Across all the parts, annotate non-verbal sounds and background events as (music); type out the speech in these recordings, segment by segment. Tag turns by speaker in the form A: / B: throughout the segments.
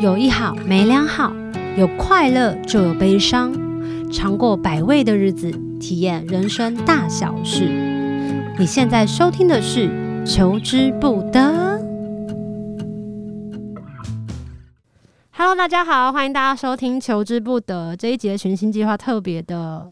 A: 有一好没两好，有快乐就有悲伤，尝过百味的日子，体验人生大小事。你现在收听的是《求之不得》。Hello，大家好，欢迎大家收听《求之不得》这一集的群星计划特别的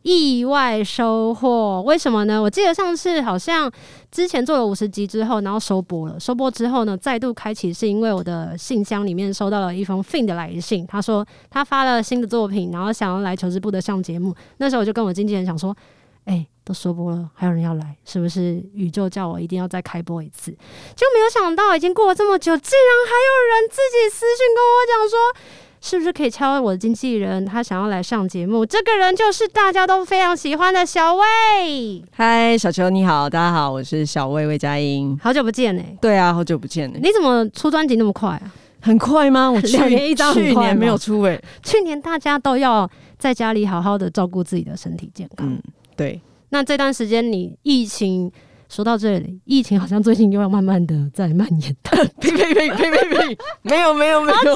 A: 意外收获。为什么呢？我记得上次好像之前做了五十集之后，然后收播了。收播之后呢，再度开启是因为我的信箱里面收到了一封 Fin 的来信，他说他发了新的作品，然后想要来求职部的上节目。那时候我就跟我经纪人想说，哎、都收播了，还有人要来，是不是宇宙叫我一定要再开播一次？就没有想到，已经过了这么久，竟然还有人自己私信跟我讲说。是不是可以敲我的经纪人？他想要来上节目，这个人就是大家都非常喜欢的小魏。
B: 嗨，小球你好，大家好，我是小魏魏佳音。
A: 好久不见呢、
B: 对啊，好久不见呢，
A: 你怎么出专辑那么快啊？
B: 很快吗？我去
A: 两年一张很
B: 去
A: 快
B: 年
A: 吗
B: 没有出欸诶。
A: 去年大家都要在家里好好的照顾自己的身体健康。
B: 嗯，对，
A: 那这段时间你疫情说到这里，疫情好像最近又要慢慢的在蔓
B: (laughs)
A: 延，好
B: 呸呸呸呸呸呸，没有没有没有，
A: 紧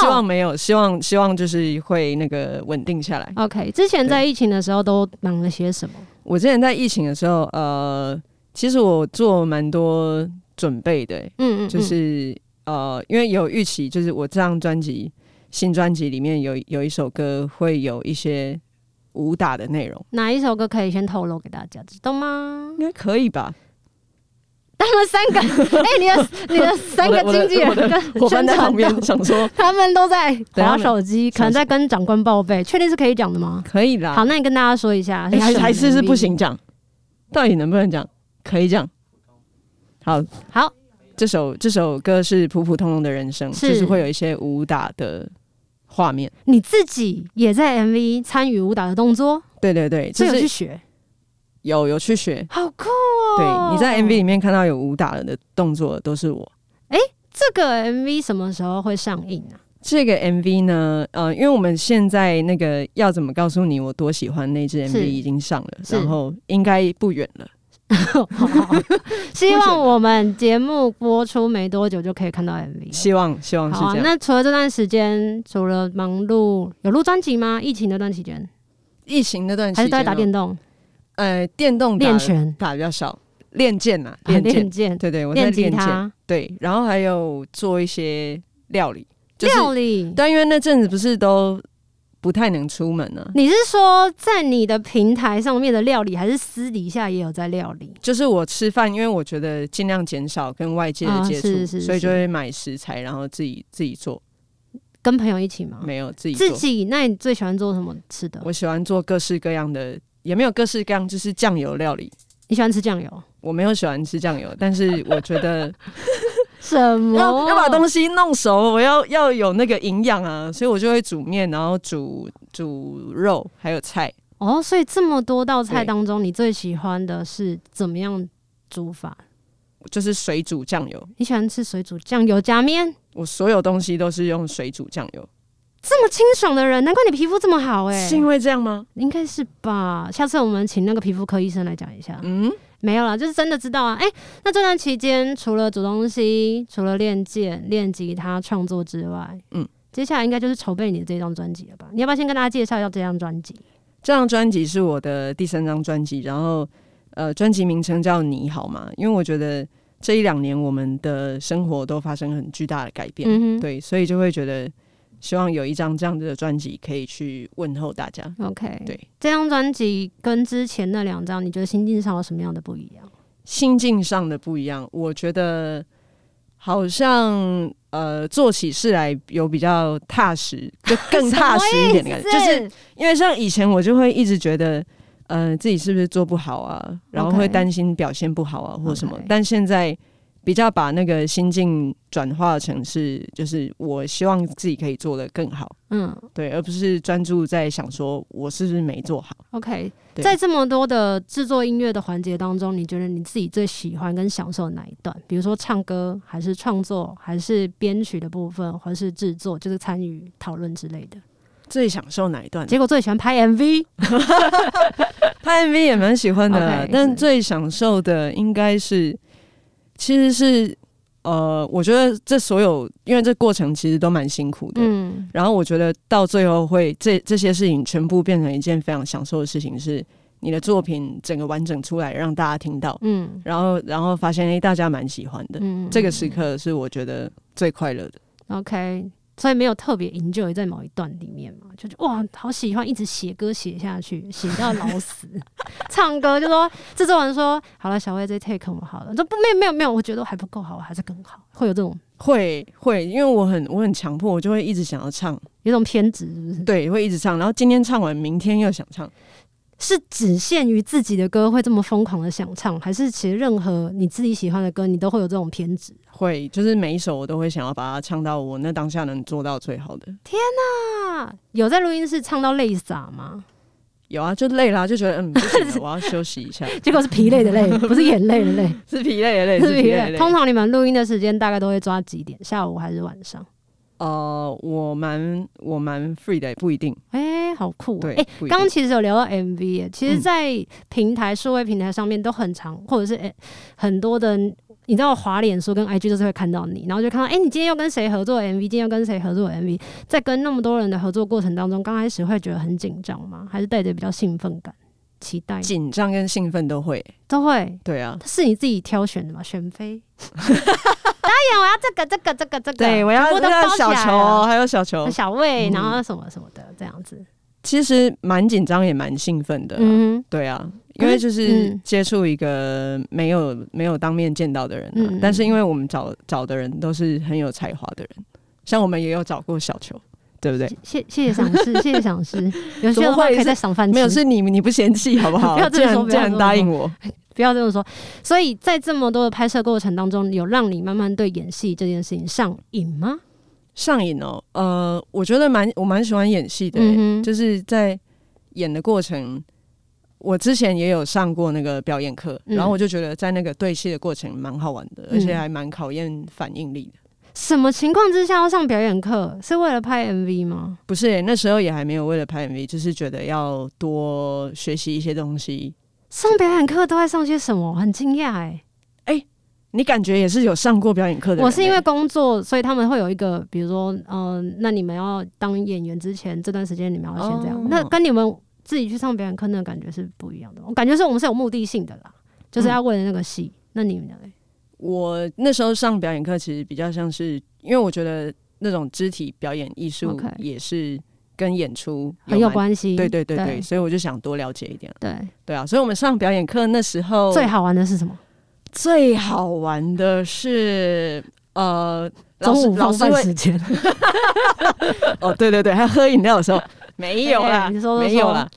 B: 希望没有，希望希望就是会那个稳定下来。
A: 张。OK，之前在疫情的时候都忙了些什么？
B: 我之前在疫情的时候，呃，其实我做蛮多准备的、欸
A: 嗯嗯嗯，
B: 就是呃，因为有预期，就是我这张专辑新专辑里面有有一首歌会有一些武打的内容，
A: 哪一首歌可以先透露给大家知道吗 (laughs)
B: 应？该可以吧？
A: 他们三个， (laughs) 哎、你的你的三个
B: 我的
A: 经纪人
B: 我的 (laughs)
A: 跟
B: 我翻在
A: 宣传
B: 旁
A: 到
B: 边想说，
A: 他们都在
B: 对他
A: 划
B: 们
A: 手机，可能在跟长官报备，确定是可以讲的吗？
B: 可以啦，
A: 好，那你跟大家说一下，
B: 哎，还
A: 选
B: 还是
A: 能
B: 是
A: 力
B: 不。行讲，到底能不能讲？可以讲。好，
A: 好，
B: 这首这首歌是普普通通的人生，
A: 是
B: 就是会有一些武打的画面。
A: 你自己也在 MV 参与武打的动作，
B: 对对对，
A: 所
B: 就
A: 以有去
B: 是
A: 学，
B: 有有去学。
A: 好酷哦！
B: 对，你在 MV 里面看到有武打的动作，都是我。
A: 这个 MV 什么时候会上映
B: (laughs)
A: 啊？ (laughs)
B: 这个 MV 呢，呃，因为我们现在那个要怎么告诉你我多喜欢那支
A: 是
B: MV 已经上了，
A: 是
B: 然后应该不远了。
A: 希望我们节目播出没多久就可以看到 MV
B: 希望希望
A: 了。
B: 是
A: 好啊
B: 这，样。
A: 那除了这段时间，除了忙碌，有录专辑吗？疫情那段期间，
B: 疫情那段期
A: 还是
B: 间哦、
A: 都在打电动、
B: 呃电动打
A: 练拳、
B: 打比较少，练剑呐，
A: 啊
B: 练剑
A: 练。剑、
B: 对对，我在
A: 练吉
B: 练剑。
A: 他、
B: 对，然后还有做一些料理，就是
A: 料理？
B: 但因为那阵子不是都不太能出门呢、啊，
A: 你是说在你的平台上面的料理，还是私底下也有在料理？
B: 就是我吃饭，因为我觉得尽量减少跟外界
A: 啊
B: 的接触，
A: 是是
B: 所以
A: 是
B: 就会买食材，然后自己自己做，
A: 跟朋友一起吗？
B: 没有自己做。
A: 哦自己？哦那你最喜欢做什么吃的？
B: 我喜欢做各式各样的，也没有各式各样，就是酱油料理。
A: 你喜欢吃酱油？
B: 我没有喜欢吃酱油，但是我觉得
A: 什么？
B: 要要把东西弄熟，我要要有那个营养啊，所以我就会煮面，然后煮煮肉，还有菜。
A: 哦，所以这么多道菜
B: 对
A: 当中，你最喜欢的是怎么样煮法？
B: 就是水煮酱油，
A: 你喜欢吃水煮酱油加面？
B: 我所有东西都是用水煮酱油，
A: 这么清爽的人，难怪你皮肤这么好哎、
B: 是因为这样吗？
A: 应该是吧？下次我们请那个皮肤科医生来讲一下。
B: 嗯，
A: 没有啦，就是真的知道啊。哎、那这段期间除了煮东西，除了练剑、练吉他、创作之外，嗯
B: 嗯，
A: 接下来应该就是筹备你的这张专辑了吧？你要不要先跟大家介绍一下这张专辑？
B: 这张专辑是我的第三张专辑，然后呃，专辑名称叫《你好吗》，因为我觉得这一两年我们的生活都发生很巨大的改变，
A: 嗯哼
B: 对，所以就会觉得希望有一张这样子的专辑可以去问候大家。
A: ，OK。
B: 对，
A: 这张专辑跟之前那两张，你觉得心境上有什么样的不一样？
B: 心境上的不一样，我觉得好像呃做起事来有比较踏实，
A: (laughs)
B: 就更踏实一点
A: 呃
B: 的感觉。就是因为像以前我就会一直觉得，呃，自己是不是做不好啊，然后
A: OK
B: 会担心表现不好啊或什么。
A: OK
B: 但现在比较把那个心境转化成是，就是我希望自己可以做得更好，
A: 嗯
B: 对，而不是专注在想说我是不是没做好。
A: ，OK。
B: 对
A: 在这么多的制作音乐的环节当中，你觉得你自己最喜欢跟享受哪一段？比如说唱歌，还是创作，还是编曲的部分，或是制作，就是参与讨论之类的。
B: 最享受哪一段？
A: 结果最喜欢拍 MV，
B: 拍 MV 也蛮喜欢的啦
A: OK，
B: 但
A: 是
B: 最享受的应该是，其实是呃，我觉得这所有，因为这过程其实都蛮辛苦的。
A: 嗯，
B: 然后我觉得到最后会这这些事情全部变成一件非常享受的事情，是你的作品整个完整出来让大家听到，
A: 嗯
B: 然后然后发现诶大家蛮喜欢的，
A: 嗯，
B: 这个时刻是我觉得最快乐的。
A: OK，所以没有特别 enjoy 在某一段里面嘛，就觉得哇，好喜欢一直写歌写下去，写到老死。唱歌就说制作人说好了，小薇这 take 我好了，这不没有没有没有，我觉得我还不够好，我还是更好，会有这种
B: 会会，因为我很我很强迫，我就会一直想要唱，
A: 有一种偏执，是不是？
B: 对，会一直唱，然后今天唱完，明天又想唱。
A: 是只限于自己的歌会这么疯狂的想唱，还是其实任何你自己喜欢的歌，你都会有这种偏执？
B: 会，就是每一首我都会想要把它唱到我那当下能做到最好的。
A: 啊，有在录音室唱到累傻吗？
B: 有啊，就累啦、就觉得嗯，不行
A: (laughs)
B: 了我要休息一下，
A: 结果是疲累的累，不是眼泪的累。
B: 是疲累
A: (laughs)
B: 的累，
A: 是
B: 是疲
A: 疲
B: 累的
A: 累。
B: 累。
A: 通常你们录音的时间大概都会抓几点？下午还是晚上？
B: 呃，我蛮我蛮 free 的，不一定。
A: 哎、好酷、哦！
B: 对
A: 哎、
B: 不一定
A: 刚刚其实有聊到 MV，耶其实，
B: 嗯
A: 在平台、数、位平台上面都很常，或者是、哎很多的，你知道，滑脸书跟 IG 就是会看到你，然后就看到，哎、你今天又跟谁合作 MV，今天又跟谁合作 MV，在跟那么多人的合作过程当中，刚开始会觉得很紧张吗？还是带着比较兴奋感、期待，
B: 紧张跟兴奋都会。
A: 都会？
B: 对啊，
A: 是你自己挑选的吗？选妃？ (laughs) 导演，我要这个、这个、这个、这个，
B: 对我要
A: 全部都
B: 那
A: 包
B: 个
A: 起
B: 小
A: 来
B: 球
A: 了
B: 哦，还有小球，
A: 小魏，
B: 嗯
A: 然后什么什么的这样子。
B: 其实蛮紧张也蛮兴奋的啊。
A: 嗯
B: 对啊，
A: 可是
B: 因为就是
A: 嗯
B: 接触一个没有没有当面见到的人、啊，
A: 嗯嗯
B: 但是因为我们找找的人都是很有才华的人，像我们也有找过小球，对不对？
A: 哼，谢谢谢赏识，谢谢赏
B: (laughs)
A: 识。有需要的
B: 怎么会
A: 话可以
B: 是
A: 再赏饭吃。
B: 没有，是你你不嫌
A: (laughs)
B: 弃好不
A: 嗯
B: 好？
A: 不要这么
B: 既然
A: 说不
B: 既
A: 要
B: 然
A: 这么
B: 答应我，
A: 不要这么说。所以在这么多的拍摄过程当中，有让你慢慢对演戏这件事情上瘾吗？
B: 上瘾哦。呃，我觉得蛮我蛮喜欢演戏的、欸
A: 嗯哼
B: 就是在演的过程。我之前也有上过那个表演课，
A: 嗯
B: 然后我就觉得在那个对戏的过程蛮好玩的，而且
A: 嗯
B: 还蛮考验反应力的。
A: 什么情况之下要上表演课？是为了拍 MV 吗？
B: 不是欸、那时候也还没有为了拍 MV，就是觉得要多学习一些东西。
A: 上表演课都在上些什么？很惊讶哎！
B: 你感觉也是有上过表演课的人欸、
A: 我是因为工作，所以他们会有一个，比如说，嗯、那你们要当演员之前这段时间你们要先这样。
B: 哦
A: 那跟你们自己去上表演课那个感觉是不一样的吗。我感觉是我们是有目的性的啦，就是要为了那个戏。那你们呢？
B: 我那时候上表演课，其实比较像是，因为我觉得那种肢体表演艺术
A: OK
B: 也是跟演出
A: 很有
B: 蛮。
A: 关系。
B: 对对对对，
A: 对
B: 所以我就想多了解一点。
A: 对，
B: 对啊，所以我们上表演课那时候
A: 最好玩的是什么？
B: 最好玩的是，呃，老师
A: 中午放
B: 老师
A: 饭
B: 会
A: 时间
B: 哦，对对对，还有喝饮料的
A: (laughs)
B: 时候没有啦，
A: 哎你说说
B: 没有啦。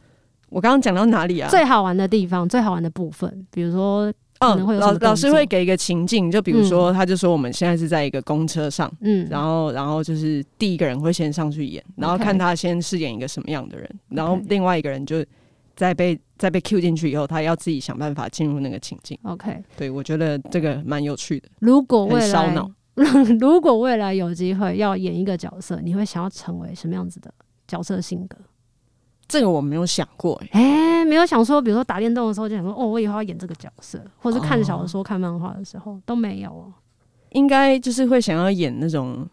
B: 我刚刚讲到哪里啊？
A: 最好玩的地方，最好玩的部分，比如说，可能会有什
B: 嗯老
A: 么动
B: 老师
A: 作
B: 会给一个情境，就比如说，他就说我们现在是在一个公车上，
A: 嗯，
B: 然后然后就是第一个人会先上去演，然后
A: OK
B: 看他先饰演一个什么样的人，然后
A: OK
B: 另外一个人就再被再被 Q 进去以后，他要自己想办法进入那个情境。
A: OK，
B: 对我觉得这个蛮有趣的，
A: 如果未
B: 很烧
A: 来
B: 脑，
A: 如果未来有机会要演一个角色，你会想要成为什么样子的角色性格？
B: 这个我没有想过、欸，
A: 哎、没有想说，比如说打电动的时候就想说，哦，我以后要演这个角色，或者是看
B: 哦
A: 小说、看漫画的时候都没有哦。
B: 应该就是会想要演那种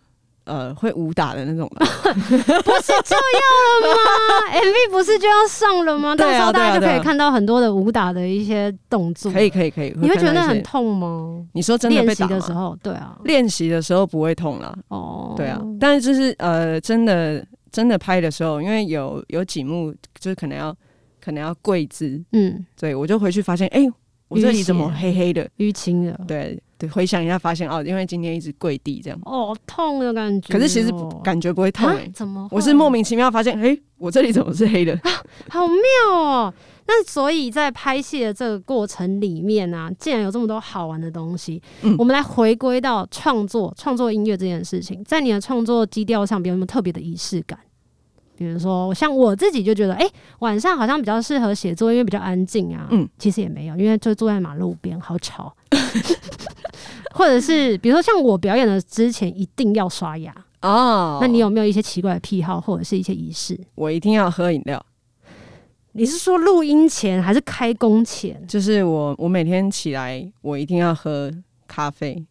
B: 呃会武打的那种
A: 哦
B: 吧。
A: 不是就要了吗？MV 不是就要上了吗？
B: 对啊
A: 到时候大家就
B: 对
A: 可
B: 啊对
A: 以
B: 啊
A: 看到很多的武打的一些动作，
B: 可以可以可以，
A: 你会觉得
B: 看
A: 那
B: 到一些
A: 很痛吗？
B: 你说真的
A: 练
B: 被
A: 习
B: 打
A: 的
B: 吗
A: 时候，对啊，
B: 练习的时候不会痛啦，
A: 哦，
B: 对啊，但是就是呃，真的真的拍的时候，因为有有几幕就是可能要可能要跪姿，
A: 嗯，
B: 对我就回去发现，哎、我这里怎么
A: 淤血
B: 黑黑的？
A: 淤青的，
B: 对对，回想一下发现哦，因为今天一直跪地这样，
A: 哦，痛的感觉哦。
B: 可是其实不感觉不会痛、
A: 啊
B: 欸，
A: 怎么会？
B: 我是莫名其妙发现，哎、我这里怎么是黑的？
A: 好妙哦。那所以在拍戏的这个过程里面啊，竟然有这么多好玩的东西。
B: 嗯
A: 我们来回归到创作、创作音乐这件事情，在你的创作基调上，比如有没有特别的仪式感？比如说，像我自己就觉得，哎、晚上好像比较适合写作，因为比较安静啊。
B: 嗯，
A: 其实也没有，因为就坐在马路边，好吵。 (laughs) 或者是比如说，像我表演的之前一定要刷牙，
B: 哦
A: 那你有没有一些奇怪的癖好或者是一些仪式？
B: 我一定要喝饮料，
A: 你是说录音前还是开工前？
B: 就是我我每天起来，我一定要喝咖啡，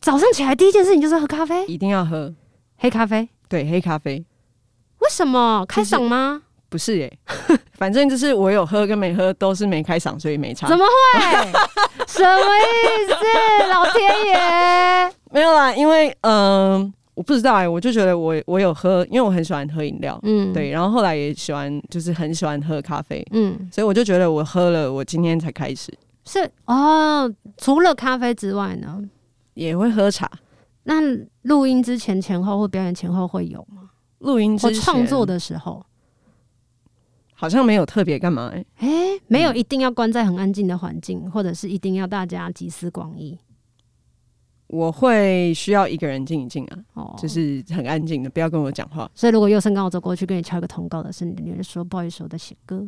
A: 早上起来第一件事情就是喝咖啡，
B: 一定要喝，
A: 黑咖啡。
B: 对，黑咖啡
A: 为什么开
B: 就是
A: 嗓吗？
B: 不是耶、 (laughs) 反正就是我有喝跟没喝都是没开嗓，所以没差
A: 怎。么
B: (laughs)
A: 会？什么意思？老天爷！
B: 没有啦，因为嗯、我不知道哎、我就觉得我我有喝，因为我很喜欢喝饮料，
A: 嗯，
B: 对，，然后后来也喜欢，就是很喜欢喝咖啡，
A: 嗯，
B: 所以我就觉得我喝了，我今天才开始
A: 是哦。除了咖啡之外呢？
B: 也会喝茶。
A: 那录音之前、前后或表演前后会有吗？
B: 录音之
A: 或
B: 前
A: 创作的时候，
B: 好像没有特别干嘛、欸，
A: 哎、没有一定要关在很安静的环境，或者是一定要大家集思广益
B: 我会需要一个人静一静啊，
A: 哦。
B: 就是很安静的，不要跟我讲话。
A: 所以，如果佑生刚好走过去跟你敲一个通告的时候，你就说不好意思，我在写歌。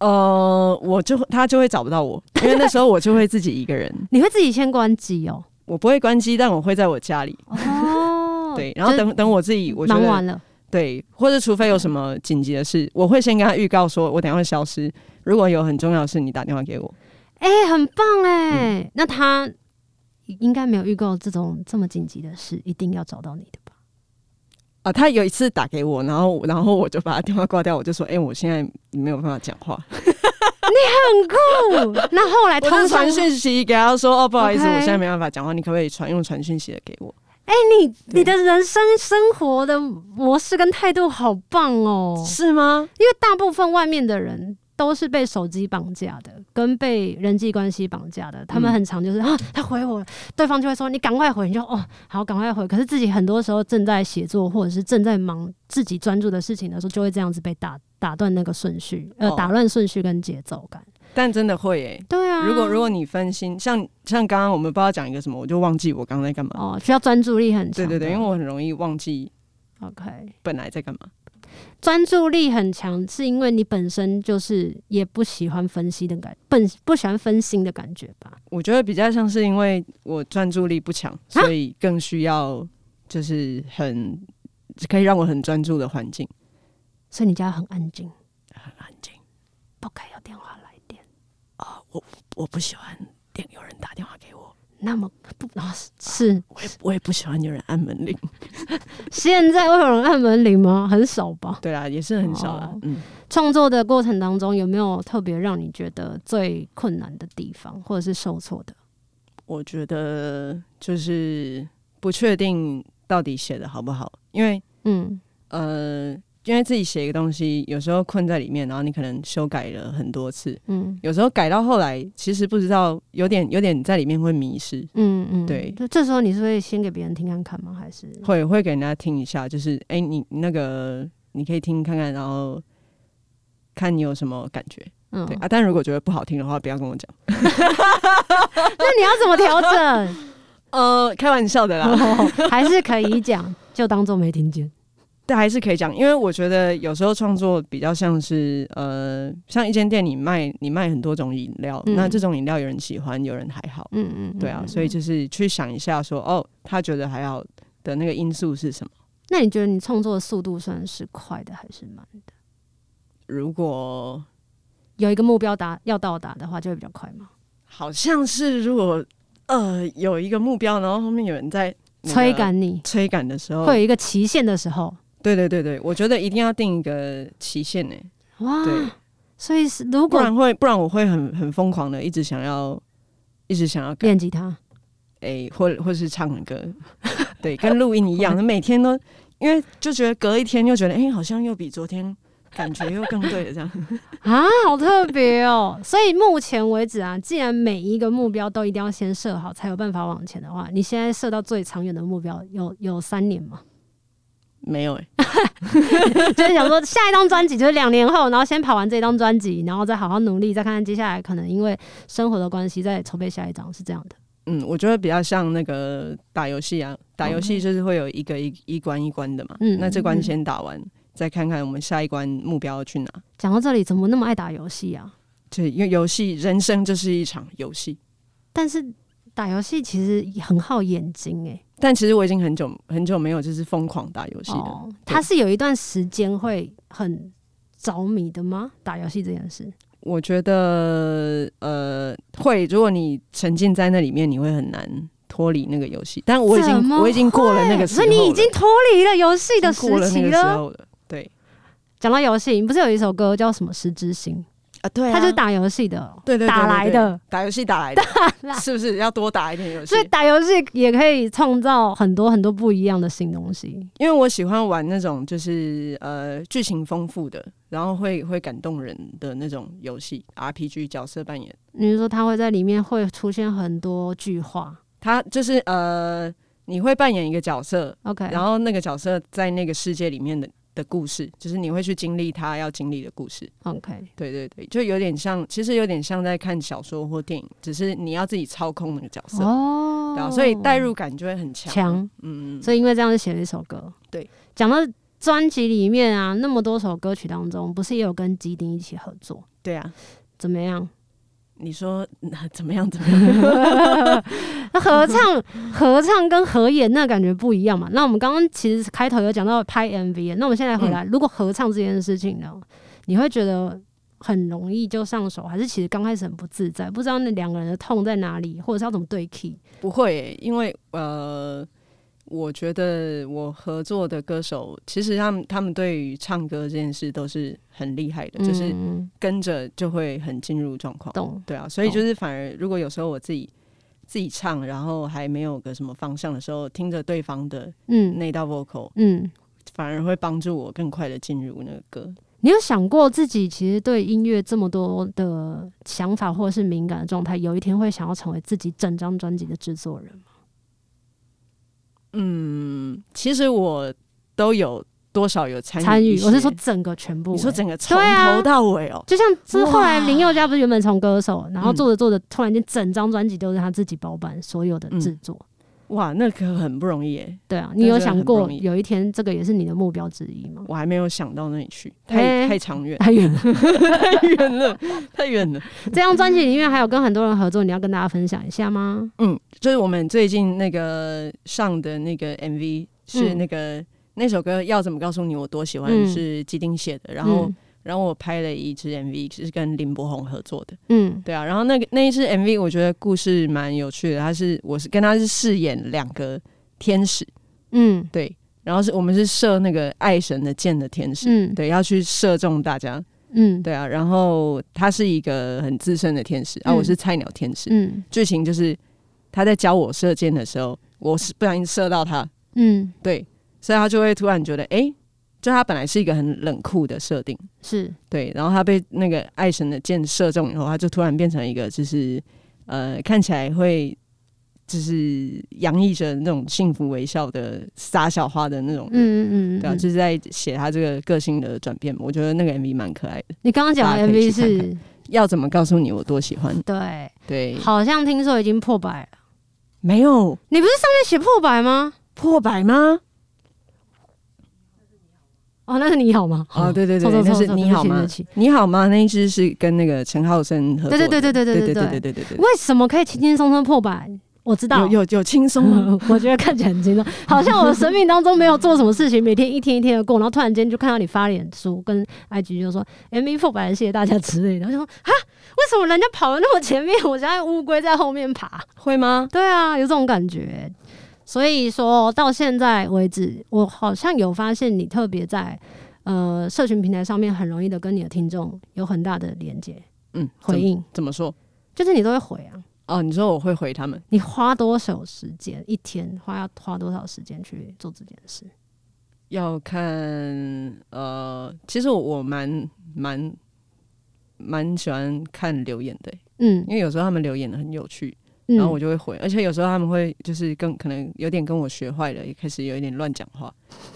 B: 呃，我就他就会找不到我，因为那时候我就会自己一个人，
A: 你会自己先关机哦。
B: 我不会关机，但我会在我家里。
A: 哦
B: 对，然后等等我自己，我觉
A: 忙
B: 得
A: 完了，
B: 对，或者除非有什么紧急的事，我会先跟他预告说，我等一下会消失。如果有很重要的事，你打电话给我。
A: 哎、很棒哎、
B: 嗯
A: 那他应该没有预告这种这么紧急的事，一定要找到你的吧？
B: 啊，他有一次打给我，然后然后我就把他电话挂掉，我就说，哎、我现在没有办法讲话，
A: 哎哦，那后来
B: 我
A: 通常
B: 就传讯息给他说，哦，不好意思
A: OK
B: 我现在没办法讲话，你可不可以传用传讯息的给我？
A: 哎、你你的人生生活的模式跟态度好棒哦，
B: 是吗？
A: 因为大部分外面的人。都是被手机绑架的，跟被人际关系绑架的。他们
B: 嗯
A: 很常就是、啊，他回我了，对方就会说你赶快回，你就哦好赶快回。可是自己很多时候正在写作或者是正在忙自己专注的事情的时候，就会这样子被打打断那个顺序，呃，
B: 哦
A: 打乱顺序跟节奏感。
B: 但真的会诶、
A: 对啊，
B: 如果如果你分心，像像刚刚我们不知道讲一个什么，我就忘记我刚刚在干嘛。
A: 哦需要专注力很强
B: 对
A: 的，
B: 对对，因为我很容易忘记
A: OK。
B: 本来在干嘛。
A: 专注力很强，是因为你本身就是也不喜欢分析的感，本不喜欢分心的感觉吧？
B: 我觉得比较像是因为我专注力不强，所以更需要就是很可以让我很专注的环境。
A: 所以你家很安静，
B: 很安静，
A: 不该有电话来电，
B: 我不喜欢电有人打电话给我，
A: 那么不啊、是
B: 我也我也不喜欢有人按门铃。
A: 现在会有人按门铃吗？很少吧。
B: 对啊啦，也是很少啦。
A: 哦
B: 嗯，
A: 创作的过程当中，有没有特别让你觉得最困难的地方，或者是受挫的？
B: 我觉得就是不确定到底写的好不好，因为
A: 嗯，
B: 呃，因为自己写一个东西，有时候困在里面，然后你可能修改了很多次，
A: 嗯
B: 有时候改到后来，其实不知道，有点有点在里面会迷失，
A: 嗯嗯，
B: 对
A: 就这时候你是会先给别人听看看吗？还是
B: 会会给人家听一下，就是哎、你你那个你可以听看看，然后看你有什么感觉，
A: 嗯
B: 对、啊。但如果觉得不好听的话，不要跟我讲，
A: 那你要怎么调整？ (laughs)
B: 呃，开玩笑的啦，
A: 哦还是可以讲，就当做没听见。
B: (laughs) 但还是可以讲，因为我觉得有时候创作比较像是呃，像一间店你卖你卖很多种饮料，
A: 嗯
B: 那这种饮料有人喜欢，有人还好。
A: (laughs) 嗯嗯，
B: 对啊，所以
A: 就
B: 就是去想一下说，哦，他觉得还好的那个因素是什么？
A: 那你觉得你创作的速度算是快的还是慢的？
B: 如果
A: 有一个目标达要到达的话，就会比较快吗？
B: 好像是如果呃有一个目标，然后后面有人在那个
A: 催赶你
B: 催赶的时候，
A: 会有一个期限的时候，
B: 对对对对，我觉得一定要定一个期限呢、
A: 哇，
B: 对，
A: 所以是如
B: 不
A: 果
B: 然会不然我会很很疯狂的一直想要一直想要改
A: 练吉他，
B: 诶、或或是唱歌， (laughs) 对，跟录音
A: (laughs)
B: 一样，每天都因为就觉得隔一天又觉得哎、好像又比昨天感觉又更对了这样。 (laughs)
A: 啊，好特别哦！ (laughs) 所以目前为止啊，既然每一个目标都一定要先设好，才有办法往前的话，你现在设到最长远的目标有有三年吗？ (laughs)
B: 没有诶、
A: 就是想说下一张专辑就是两年后，然后先跑完这张专辑，然后再好好努力，再看看接下来可能因为生活的关系再筹备下一张，是这样的。
B: 嗯，我觉得比较像那个打游戏啊，打游戏就是会有一个一一关一关的嘛。
A: 哦嗯
B: 那这
A: 嗯
B: 关
A: 嗯
B: 先打完，再看看我们下一关目标要去哪。
A: 讲到这里，怎么那么爱打游戏啊？
B: 对，因为游戏人生就是一场游戏，
A: 但是打游戏其实很耗眼睛欸诶、
B: 但其实我已经很久很久没有就是疯狂打游戏了。
A: 哦，它是有一段时间会很着迷的吗？打游戏这件事，
B: 我觉得呃会，如果你沉浸在那里面，你会很难脱离那个游戏，但我已
A: 怎
B: 经
A: 么
B: 我已经过了那个时
A: 所以
B: 候了，
A: 你已经脱离了游戏
B: 已
A: 的
B: 经
A: 时
B: 过了那
A: 期
B: 个时
A: 了。
B: 候了。对
A: 讲到游戏，你不是有一首歌叫什么《十之心
B: 啊，对》，
A: 它就是打游戏的，哦
B: 对对对
A: 打来，
B: 对对
A: 的
B: 打游戏打来的，
A: 来
B: (laughs) 是不是要多打一点游戏
A: 所以？打游戏也可以创造很多很多不一样的新东西。
B: 因为我喜欢玩那种就是呃剧情丰富的，然后会会感动人的那种游戏 RPG 角色扮演。
A: 你是说它会在里面会出现很多句话
B: 它就是呃，你会扮演一个角色，
A: ？OK，
B: 然后那个角色在那个世界里面的的故事，就是你会去经历他要经历的故事。
A: OK，
B: 对对对，就有点像，其实有点像在看小说或电影，只是你要自己操控那个角色，
A: 哦
B: 对啊，所以代入感就会很强。
A: 强，
B: 嗯，嗯，
A: 所以因为这样就写了一首歌。
B: 对，
A: 讲到专辑里面啊，那么多首歌曲当中，不是也有跟基丁一起合作？
B: 对啊。
A: 怎么样？ (laughs)
B: 你说、嗯怎么样？怎么样？
A: 那合唱、
B: (laughs)
A: 合唱跟合演那感觉不一样嘛？那我们刚刚其实开头有讲到拍 MV，那我们现在回
B: 嗯
A: 来，如果合唱这件事情呢，你会觉得很容易就上手，还是其实刚开始很不自在，不知道那两个人的痛在哪里，或者是要怎么对 key？
B: 不会耶、因为呃，我觉得我合作的歌手，其实他们他们对于唱歌这件事都是很厉害的，就是
A: 嗯
B: 跟着就会很进入状况。
A: 懂
B: 对啊，所以就是反而如果有时候我自己自己唱，然后还没有个什么方向的时候，听着对方的
A: 嗯
B: 那道 vocal，
A: 嗯。
B: 反而会帮助我更快的进入那个歌。
A: 你有想过自己其实对音乐这么多的想法或者是敏感的状态，有一天会想要成为自己整张专辑的制作人吗？
B: 嗯，其实我都有多少有参
A: 参
B: 与
A: 与
B: 一，些，
A: 我是说整个全部、
B: 你说
A: 欸
B: 整个从
A: 对啊
B: 头到尾哦、
A: 就像之后来林宥嘉不是原本从歌手，然后
B: 嗯
A: 做着做着，突然间整张专辑都是他自己包办所有的制作。
B: 哇，那可很不容易耶、
A: 对啊，
B: 嗯对
A: 你有
B: 真的
A: 想
B: 很不
A: 过
B: 容易
A: 有一天这个也是你的目标之一
B: (laughs)
A: 吗？
B: 我还没有想到那里去，
A: 哎
B: 太太
A: (laughs)
B: 长远，
A: 太远了。
B: 太远了，太远了。
A: 这张专辑里面还有跟很多人合作，你要跟大家分享一下吗？
B: 嗯，就是我们最近那个上的那个 MV 是
A: 嗯
B: 那个、那首歌《要怎么告诉你我多喜欢》
A: 嗯
B: 是基丁写的，然后、
A: 嗯
B: 然后我拍了一支 MV 是跟林柏宏合作的，
A: 嗯
B: 对啊，然后那个那一支 MV 我觉得故事蛮有趣的，他是我是跟他是饰演两个天使，
A: 嗯
B: 对，然后是我们是射那个爱神的箭的天使，
A: 嗯
B: 对，要去射中大家，
A: 嗯
B: 对啊，然后他是一个很资深的天使，啊，
A: 嗯
B: 我是菜鸟天使，
A: 嗯
B: 剧情就是他在教我射箭的时候，我是不小心射到他，
A: 嗯，
B: 对，所以他就会突然觉得，哎、就他本来是一个很冷酷的设定，
A: 是
B: 对，然后他被那个爱神的箭射中以后，他就突然变成一个就是呃看起来会就是洋溢着那种幸福微笑的撒小花的那种人。
A: 嗯嗯嗯
B: 对啊，
A: 嗯。
B: 就是在写他这个个性的转变嘛，我觉得那个 MV 蛮可爱的。
A: 你刚刚讲的
B: 大家可以
A: MV
B: 去看看嗯
A: 是
B: 要怎么告诉你我多喜欢？
A: 对，
B: 对，
A: 好像听说已经破百了。
B: 没有
A: 你不是上面写破百吗？
B: 破百吗？
A: 哦，那是你好吗？
B: 哦，对对对，
A: 错错
B: 那
A: 错
B: 是
A: 错
B: 你
A: 对不
B: 好
A: 起对
B: 吗
A: 不起？
B: 你好吗？那一支是跟那个陈浩森合
A: (laughs)
B: 作
A: 对
B: 的，
A: 对对对对
B: 对
A: 对对
B: 对
A: 对。
B: 对对对对对
A: 为什么可以轻轻松松破百？我知道
B: 有有有轻松 (laughs) 吗？
A: (laughs) 我觉得看起来很轻松，好像我的生命当中没有做什么事情，每天一天一天的过，然后突然间就看到你发脸书跟 IG 就说 M V 破百了，谢谢大家之类的，我就说啊，为什么人家跑的那么前面，我现在乌龟在后面爬？
B: 会吗？
A: 对啊，有这种感觉。所以说到现在为止，我好像有发现你特别在呃社群平台上面很容易的跟你的听众有很大的连接
B: 嗯，
A: 回
B: 怎么
A: 应，
B: 怎么说？
A: 就是你都会回啊。
B: 哦，你说我会回他们，
A: 你花多少时间一天花要花多少时间去做这件事？
B: 要看呃，其实我我蛮蛮蛮喜欢看留言的、
A: 嗯
B: 因为有时候他们留言的很有趣，
A: 嗯，
B: 然后我就会回，而且有时候他们会就是跟可能有点跟我学坏了，也开始有一点乱讲话，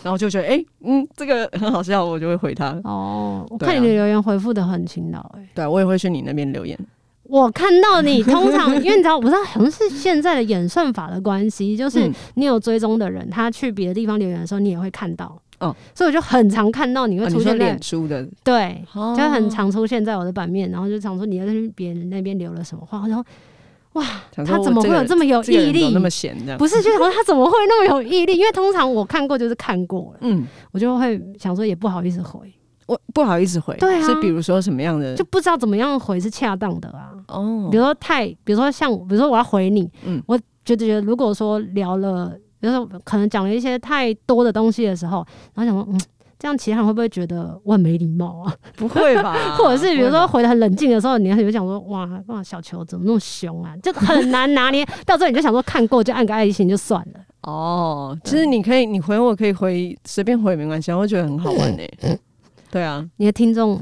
B: 然后就觉得哎、嗯，这个很好笑，我就会回他。
A: 哦，我
B: 对啊
A: 看你的留言回复的很勤劳哎、
B: 对啊，我也会去你那边留言。
A: 我看到
B: (laughs)
A: 你通常，因为你知道，我不知道好像是现在的演算法的关系，就是
B: 嗯
A: 你有追踪的人，他去别的地方留言的时候，你也会看到。
B: 哦，
A: 所以我就很常看到你会
B: 啊、
A: 出
B: 你说
A: 现在
B: 脸书的，
A: 对，
B: 哦
A: 就很常出现在我的版面，然后就常说你在别人那边留了什么话，我说
B: 想说
A: 他
B: 我
A: 怎么会
B: 这个
A: 有
B: 人
A: 这么有
B: 这个
A: 毅
B: 人怎么
A: 力
B: 那？么闲这样？
A: 不是，就是说他怎么会那么有毅力？因 (laughs) 为通常我看过就是看过了，
B: 嗯，
A: 我就会想说也不好意思回，
B: 我不好意思回，
A: 对啊
B: 是比如说什么样的
A: 就不知道怎么样回是恰当的啊。
B: 哦
A: 比如说太，比如说像，比如说我要回你，
B: 嗯
A: 我觉得觉得如果说聊了，比如说可能讲了一些太多的东西的时候，然后想说，嗯，这样其他人会不会觉得我很没礼貌啊？
B: 不会吧？
A: (laughs) 或者是比如说回的很冷静的时候，你就想说，哇，哇，小球怎么那么凶啊？就很难拿捏。 (laughs) 到时候你就想说，看够就按个爱心就算了。
B: 哦，其实你可以，你回我可以回，随便回没关系，我会觉得很
A: (laughs)
B: 好玩呢、对啊，
A: 你的听众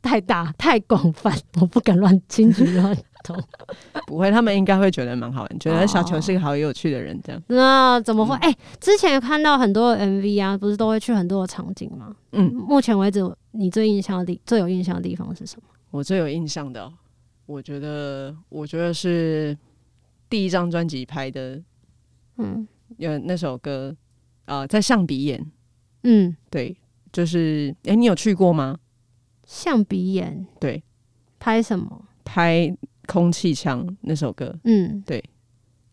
A: 太大太广泛，我不敢乱轻举乱动。
B: 不会，他们应该会觉得蛮好玩，觉得小球是个好有趣的人，这样。
A: 那怎
B: 嗯
A: 么会？哎、之前看到很多的 MV 啊，不是都会去很多的场景吗？
B: 嗯，
A: 目前为止，你最印象的地最有印象的地方是什么？
B: 我最有印象的哦、我觉得，我觉得是第一张专辑拍的，
A: 嗯
B: 呃，那首歌，啊，在象鼻眼，
A: 嗯，
B: 对，就是，哎、你有去过吗？
A: 象鼻眼
B: 对，
A: 拍什么？
B: 拍《空气枪》那首歌，
A: 嗯，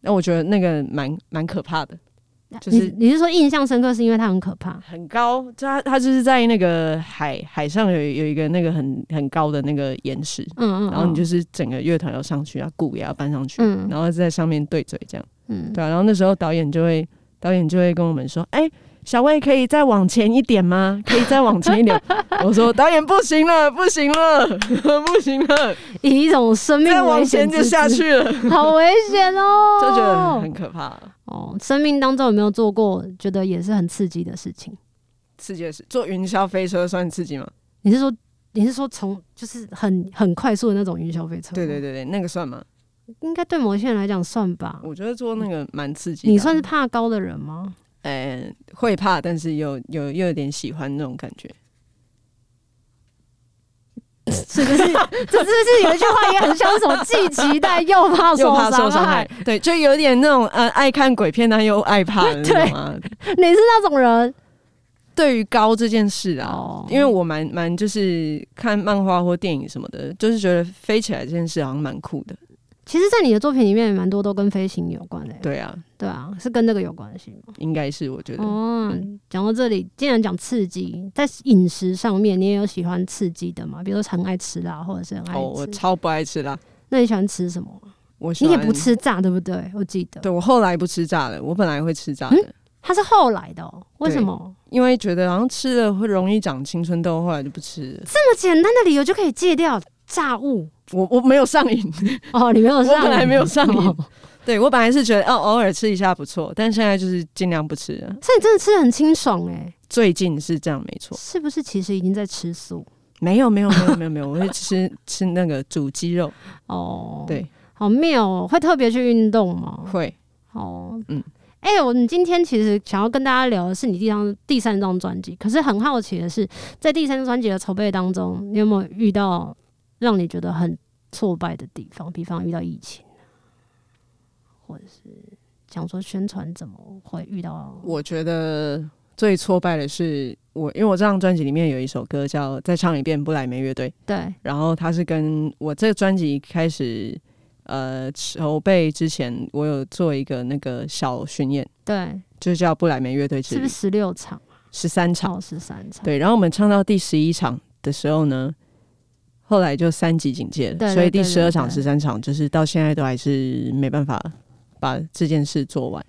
B: 那我觉得那个蛮蛮可怕的，就是
A: 你你是说印象深刻是因为它很可怕？
B: 很高，就它它就是在那个海海上有有一个那个很很高的那个岩石，
A: 嗯嗯，
B: 然后你
A: 嗯
B: 就是整个乐团要上去，要鼓也要搬上去，
A: 嗯
B: 然后在上面对嘴这样，
A: 嗯，
B: 对啊，然后那时候导演就会导演就会跟我们说，哎、小魏可以再往前一点吗？ (laughs) 可以再往前
A: (laughs)
B: 一点。我说导演不行了，不行了， (laughs) 不行了，
A: 以一种生命
B: 再往
A: 危
B: 前
A: 险
B: 就
A: 之
B: 下
A: 姿，
B: 去了，
A: (laughs) 好危险哦！
B: (laughs) 就觉得很可怕。
A: 哦，生命当中有没有做过觉得也是很刺激的事情？
B: 刺激的是坐云霄飞车算刺激吗？
A: 你是说你是说从就是很很快速的那种云霄飞车？
B: 对对，对对，那个算吗？
A: 应该对某些人来讲算吧。
B: 我觉得做那个蛮刺激的啊。
A: 你算是怕高的人吗？ (laughs)
B: 嗯、会怕，但是又有又有点喜欢那种感觉。
A: 是不是？这是不是有一句话也很像什么？既期待又怕
B: 又
A: 受
B: 怕受伤害
A: 害？，
B: 对，就有点那种呃，爱看鬼片，但又爱怕的那种
A: (laughs)
B: 啊。
A: 你是那种人
B: 对于高这件事啊，
A: 哦
B: 因为我蛮蛮就是看漫画或电影什么的，就是觉得飞起来这件事好像蛮酷的。
A: 其实，在你的作品里面，也蛮多都跟飞行有关的、
B: 对啊，
A: 对啊，是跟这个有关系吗？
B: 应该是我觉得。
A: 哦，
B: 嗯
A: 讲到这里，既然讲刺激，在饮食上面，你也有喜欢刺激的吗？比如说很爱吃辣，或者是很爱吃。
B: 哦，我超不爱吃辣，
A: 那你喜欢吃什么？
B: 我喜
A: 你
B: 欢
A: 也不。吃炸，对不对？我记得
B: 对我后来不吃炸的，我本来会吃
A: 嗯
B: 炸的，
A: 它是后来的、哦，为什么
B: 因为觉得好像吃了会容易长青春痘，后来就不吃了。
A: 这么简单的理由就可以戒掉炸物？
B: 我我没有上瘾， (laughs)
A: 哦，你没有上瘾，
B: 我本来没有上瘾
A: 哦
B: 对我本来是觉得哦偶尔吃一下不错，但现在就是尽量不吃了。
A: 所以你真的吃的很清爽哎，
B: 最近是这样没错，
A: 是不是？其实已经在吃素
B: 没有没有没有没有没有，我会吃吃那个煮鸡肉，
A: 哦，
B: 对，
A: 好妙哦，会特别去运动吗？
B: 会
A: 哦，嗯
B: 嗯。
A: 哎、我们今天其实想要跟大家聊的是你第张第三张专辑，可是很好奇的是，在第三张专辑的筹备当中，你有没有遇到让你觉得很挫败的地方？比方遇到疫情啊，或者是想说宣传怎么会遇到？
B: 我觉得最挫败的是我，因为我这张专辑里面有一首歌叫《再唱一遍布莱梅乐队》，
A: 对，
B: 然后它是跟我这个专辑开始呃筹备之前，我有做一个那个小巡演，
A: 对，
B: 就叫布莱梅乐队之
A: 是不
B: 旅
A: 是，十六场？
B: 十三场。
A: 超十三场。
B: 对，然后我们唱到第十一场的时候呢，后来就三级警戒了，
A: 对对
B: 所以第
A: 对
B: 十二
A: 对
B: 场、
A: 对
B: 十三场就是到现在都还是没办法把这件事做完，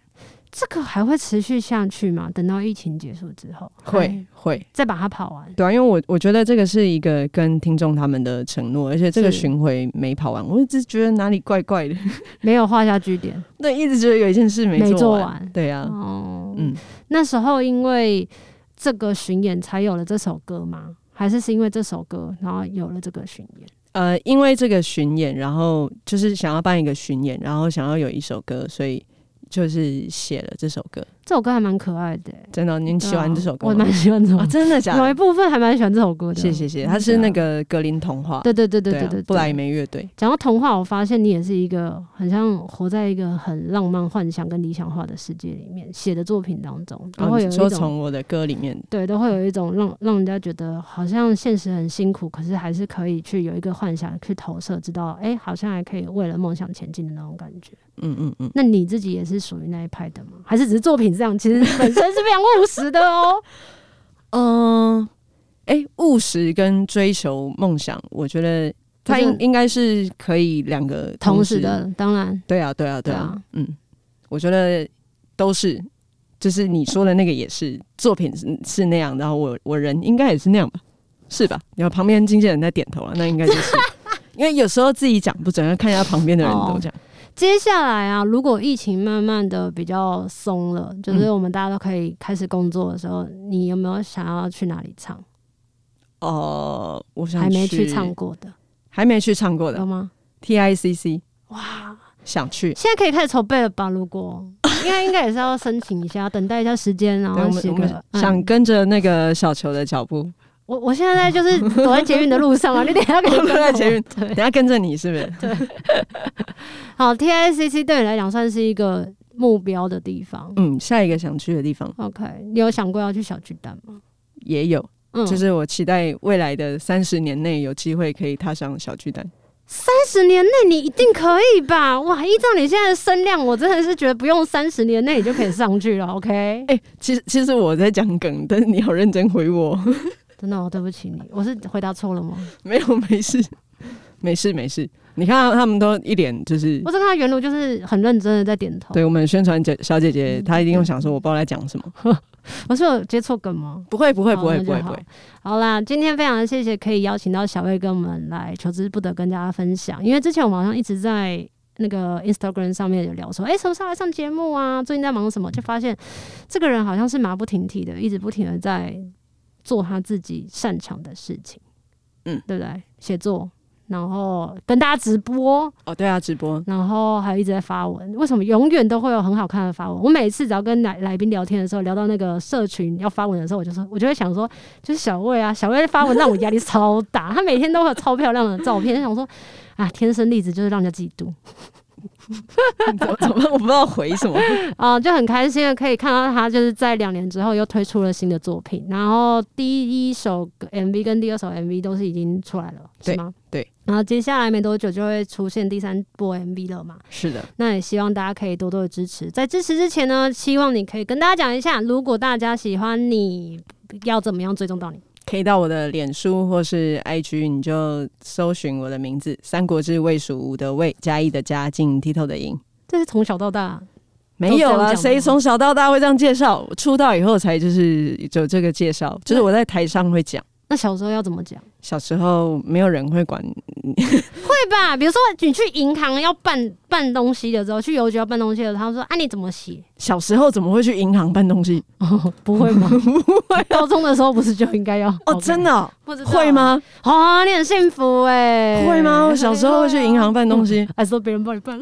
A: 这个还会持续下去吗？等到疫情结束之后，
B: 会
A: 还
B: 会。
A: 再把它跑完。
B: 对啊，因为我我觉得这个是一个跟听众他们的承诺，而且这个
A: 是
B: 巡回没跑完，我一直觉得哪里怪怪的， (laughs)
A: 没有画下句点，
B: 对，一直觉得有一件 (laughs) 事没
A: 没
B: 做
A: 做
B: 完，
A: 完。
B: 对啊，
A: 哦，
B: 嗯，
A: 那时候因为这个巡演才有了这首歌吗？还是是因为这首歌，然后有了这个巡演？
B: 呃，因为这个巡演，然后就是想要办一个巡演，然后想要有一首歌，所以就是写了这首歌。
A: 这首歌还蛮可爱的、欸，
B: 真的，哦您喜欢这首歌
A: 哦我
B: 吗
A: 蛮？喜欢这首
B: 啊，
A: 歌，
B: 真的假
A: 有一
B: 的？
A: 部分还蛮喜欢这首歌的。嗯啊
B: 谢谢谢，它是那个格林童话，
A: 对啊，对对对
B: 对
A: 对对
B: 啊
A: 对，
B: 布莱梅乐队。
A: 讲到童话，我发现你也是一个很像活在一个很浪漫、幻想跟理想化的世界里面写的作品当中，都
B: 然后
A: 会有
B: 哦你
A: 一
B: 嗯说
A: 种、
B: 从我的歌里面，
A: 对，都会有一种让让人家觉得好像现实很辛苦，可是还是可以去有一个幻想去投射，知道哎、诶好像还可以为了梦想前进的那种感觉。
B: 嗯嗯嗯，
A: 那你自己也是属于那一派的吗？还是只是作品这样？其实本身是非常务实的
B: (laughs)
A: 哦。
B: 嗯，哎，务实跟追求梦想，我觉得它
A: 我觉
B: 应
A: 得
B: 应该是可以两个
A: 同时
B: 时
A: 的，当然
B: 对啊，对啊，对
A: 对
B: 啊
A: 啊，
B: 嗯，我觉得都是，就是你说的那个也是，作品是是那样，然后我我人应该也是那样吧，是吧？然后旁边经纪人在点头啊，那应该就是
A: (laughs)
B: 因为有时候自己讲不准，要看一下旁边的人都这样。
A: 接下来啊，如果疫情慢慢的比较松了，
B: 嗯
A: 就是我们大家都可以开始工作的时候，你有没有想要去哪里唱？
B: 哦、我想
A: 还没去唱，过的，
B: 还没去唱过的
A: 有吗？
B: TICC
A: 哇，
B: 想去。
A: 现在可以开始筹备了吧？如果应该应该也是要申请一下，等待一下时间，然
B: 对我
A: 后
B: 们
A: 写
B: 我
A: 个
B: 们。
A: 嗯
B: 想跟着那个小球的
A: (laughs)
B: 脚步， (laughs)
A: 我我现在就是躲在捷运的路上啊，你等一下给我
B: 我们在捷运
A: 对
B: 等，下跟着你是不
A: (laughs)
B: 是？
A: 好，TICC 对你来讲算是一个目标的地方。
B: 嗯，下一个想去的地方
A: OK，你有想过要去小巨蛋吗？
B: 也有，
A: 嗯，
B: 就是我期待未来的三十年内有机会可以踏上小巨蛋。
A: 三十年内你一定可以吧？哇，依照你现在的声量，我真的是觉得不用三十年内你就可以上去了。OK， (laughs)
B: 哎、其实其实我在讲梗，但是你好认真回我， (laughs)
A: 真的、哦，对不起你，我是回答错了吗？
B: 没有没事，没事没事。你看他们都一脸就是
A: 我，只看到原路就是很认真的在点头。
B: 对我们宣传姐小姐
A: 嗯
B: 姐，她一定会想说，我不知道在讲什么。
A: 我是有接错梗吗？
B: 不会不会不
A: 好
B: 会
A: 那
B: 不
A: 就
B: 会
A: 好
B: 不会，
A: 好啦，今天非常谢谢可以邀请到小魏跟我们来求之不得跟大家分享，因为之前我们好像一直在那个 Instagram 上面有聊说，哎、什么时候来上节目啊？最近在忙什么？就发现这个人好像是马不停蹄的，一直不停的在做他自己擅长的事情，
B: 嗯，
A: 对不对？写作，然后跟大家直播，
B: 哦对啊，直播 (laughs)
A: 然后还有一直在发文，为什么永远都会有很好看的发文？我每次只要跟来来宾聊天的时候，聊到那个社群要发文的时候，我就说，我就会想说，就是小魏啊，小魏发文让我压力超大，他每天都会有超漂亮的照片，想说啊，天生丽质就是让人家嫉妒
B: 怎么怎么我不知道回什么，
A: (laughs) 啊、就很开心的可以看到他就是在两年之后又推出了新的作品，然后第一首 MV 跟第二首 MV 都是已经出来了，是
B: 对
A: 吗？
B: 对，
A: 然后接下来没多久就会出现第三波 MV 了嘛，
B: 是的，
A: 那也希望大家可以多多的支持。在支持之前呢，希望你可以跟大家讲一下，如果大家喜欢你，要怎么样追踪到你？
B: 可以到我的脸书或是 IG，你就搜寻我的名字《三国志魏蜀吴》的魏，嘉义的嘉，进 Tito 的赢。
A: 这是从小到大，
B: 没有
A: 都这样
B: 啊，
A: 讲吗
B: 谁从小到大会这样介绍？我出道以后才就是有这个介绍，就是我在台上会讲。
A: 那小时候要怎么讲？
B: 小时候没有人会管，
A: 对吧？比如说你去银行要办办东西的时候，去邮局要办东西的时候，他们说：“啊，你怎么写
B: 小时候怎么会去银行办东西？？”
A: (laughs) 不会
B: (laughs)
A: 吗？不会。高中的时候不是就应该要？
B: 啊哦，真的哦
A: 不知道啊
B: 会？吗？
A: 哦，你很幸福哎、嗯
B: 会吗？我小时候会去银行办东西，
A: (laughs)
B: 哎
A: 还是说别人帮你办，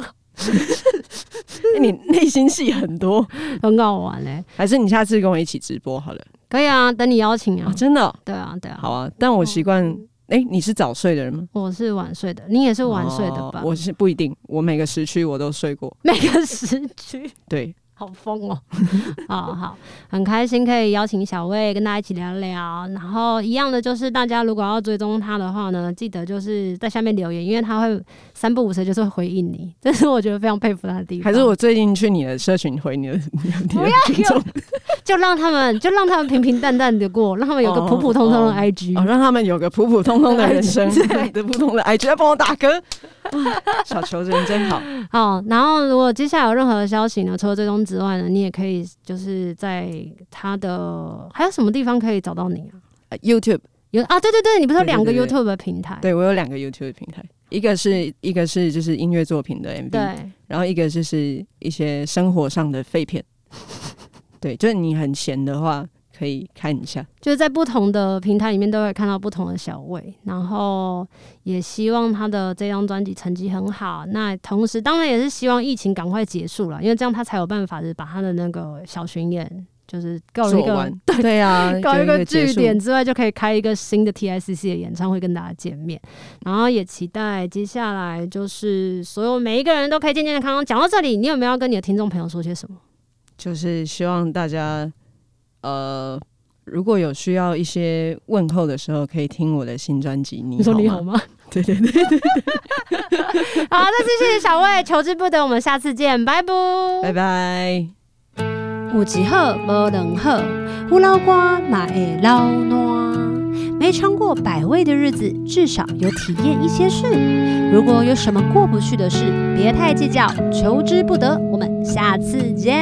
B: 你内心戏很多，
A: 很好玩哎、
B: 还是你下次跟我一起直播好了？
A: 可以啊，等你邀请啊
B: 哦，。真的哦
A: 对啊，对啊。
B: 好啊，但我习惯，哎，你是早睡的人吗？
A: 我是晚睡的，你也是晚睡的吧？
B: 哦我是不一定，我每个时区我都睡过。
A: 每个时区。 (laughs)
B: 对，
A: 好疯
B: (laughs)
A: 哦！啊、好，很开心可以邀请小魏跟大家一起聊聊。然后一样的就是，大家如果要追踪他的话呢，记得就是在下面留言，因为他会三不五时就是会回应你，这是我觉得非常佩服他的地方。
B: 还是我最近去你的社群回你的， (laughs) 你的你
A: 不
B: 的
A: 要
B: 听
A: 给
B: 众
A: 我，就让他们就让他们平平淡淡的过，让他们有个普普通通的
B: 哦哦
A: IG。，
B: 哦，让他们有个普普通通的人生
A: (laughs) 对
B: 普普通的 IG 要帮我打歌。 (laughs) 哇，小球人真
A: (laughs)
B: 好，
A: 好，然后如果接下来有任何的消息呢，除了追踪之外呢，你也可以就是在他的还有什么地方可以找到你啊？
B: 呃 YouTube，
A: 有啊，对对对，你不是有
B: 对对
A: 两个
B: 对对
A: YouTube 的平台？
B: 对我有两个 YouTube 的平台，一个是一个是就是音乐作品的 MV，
A: 对
B: 然后一个就是一些生活上的
A: (laughs)
B: 废片。对，就是你很闲的话，可以看一下。
A: 就是在不同的平台里面都会看到不同的小魏，然后也希望他的这张专辑成绩很好。那同时，当然也是希望疫情赶快结束了，因为这样他才有办法就是把他的那个小巡演就是搞一
B: 做
A: 个
B: 完，对啊，
A: 搞
B: 就
A: 一个
B: 结
A: 据
B: 束
A: 点之外，就可以开一个新的 TICC 的演唱会跟大家见面，然后也期待接下来就是所有每一个人都可以健健康康。讲到这里，你有没有要跟你的听众朋友说些什么？
B: 就是希望大家，呃，如果有需要一些问候的时候，可以听我的新专辑。你
A: 你说你好
B: 吗？
A: 吗？
B: 对对对，
A: 好，再次谢谢小魏，求之不得，我们下次见，拜拜。
B: 拜拜。
C: 有一好无两好，无老瓜嘛会老暖。没尝过百味的日子，至少有体验一些事。如果有什么过不去的事，别太计较，求之不得。我们下次见。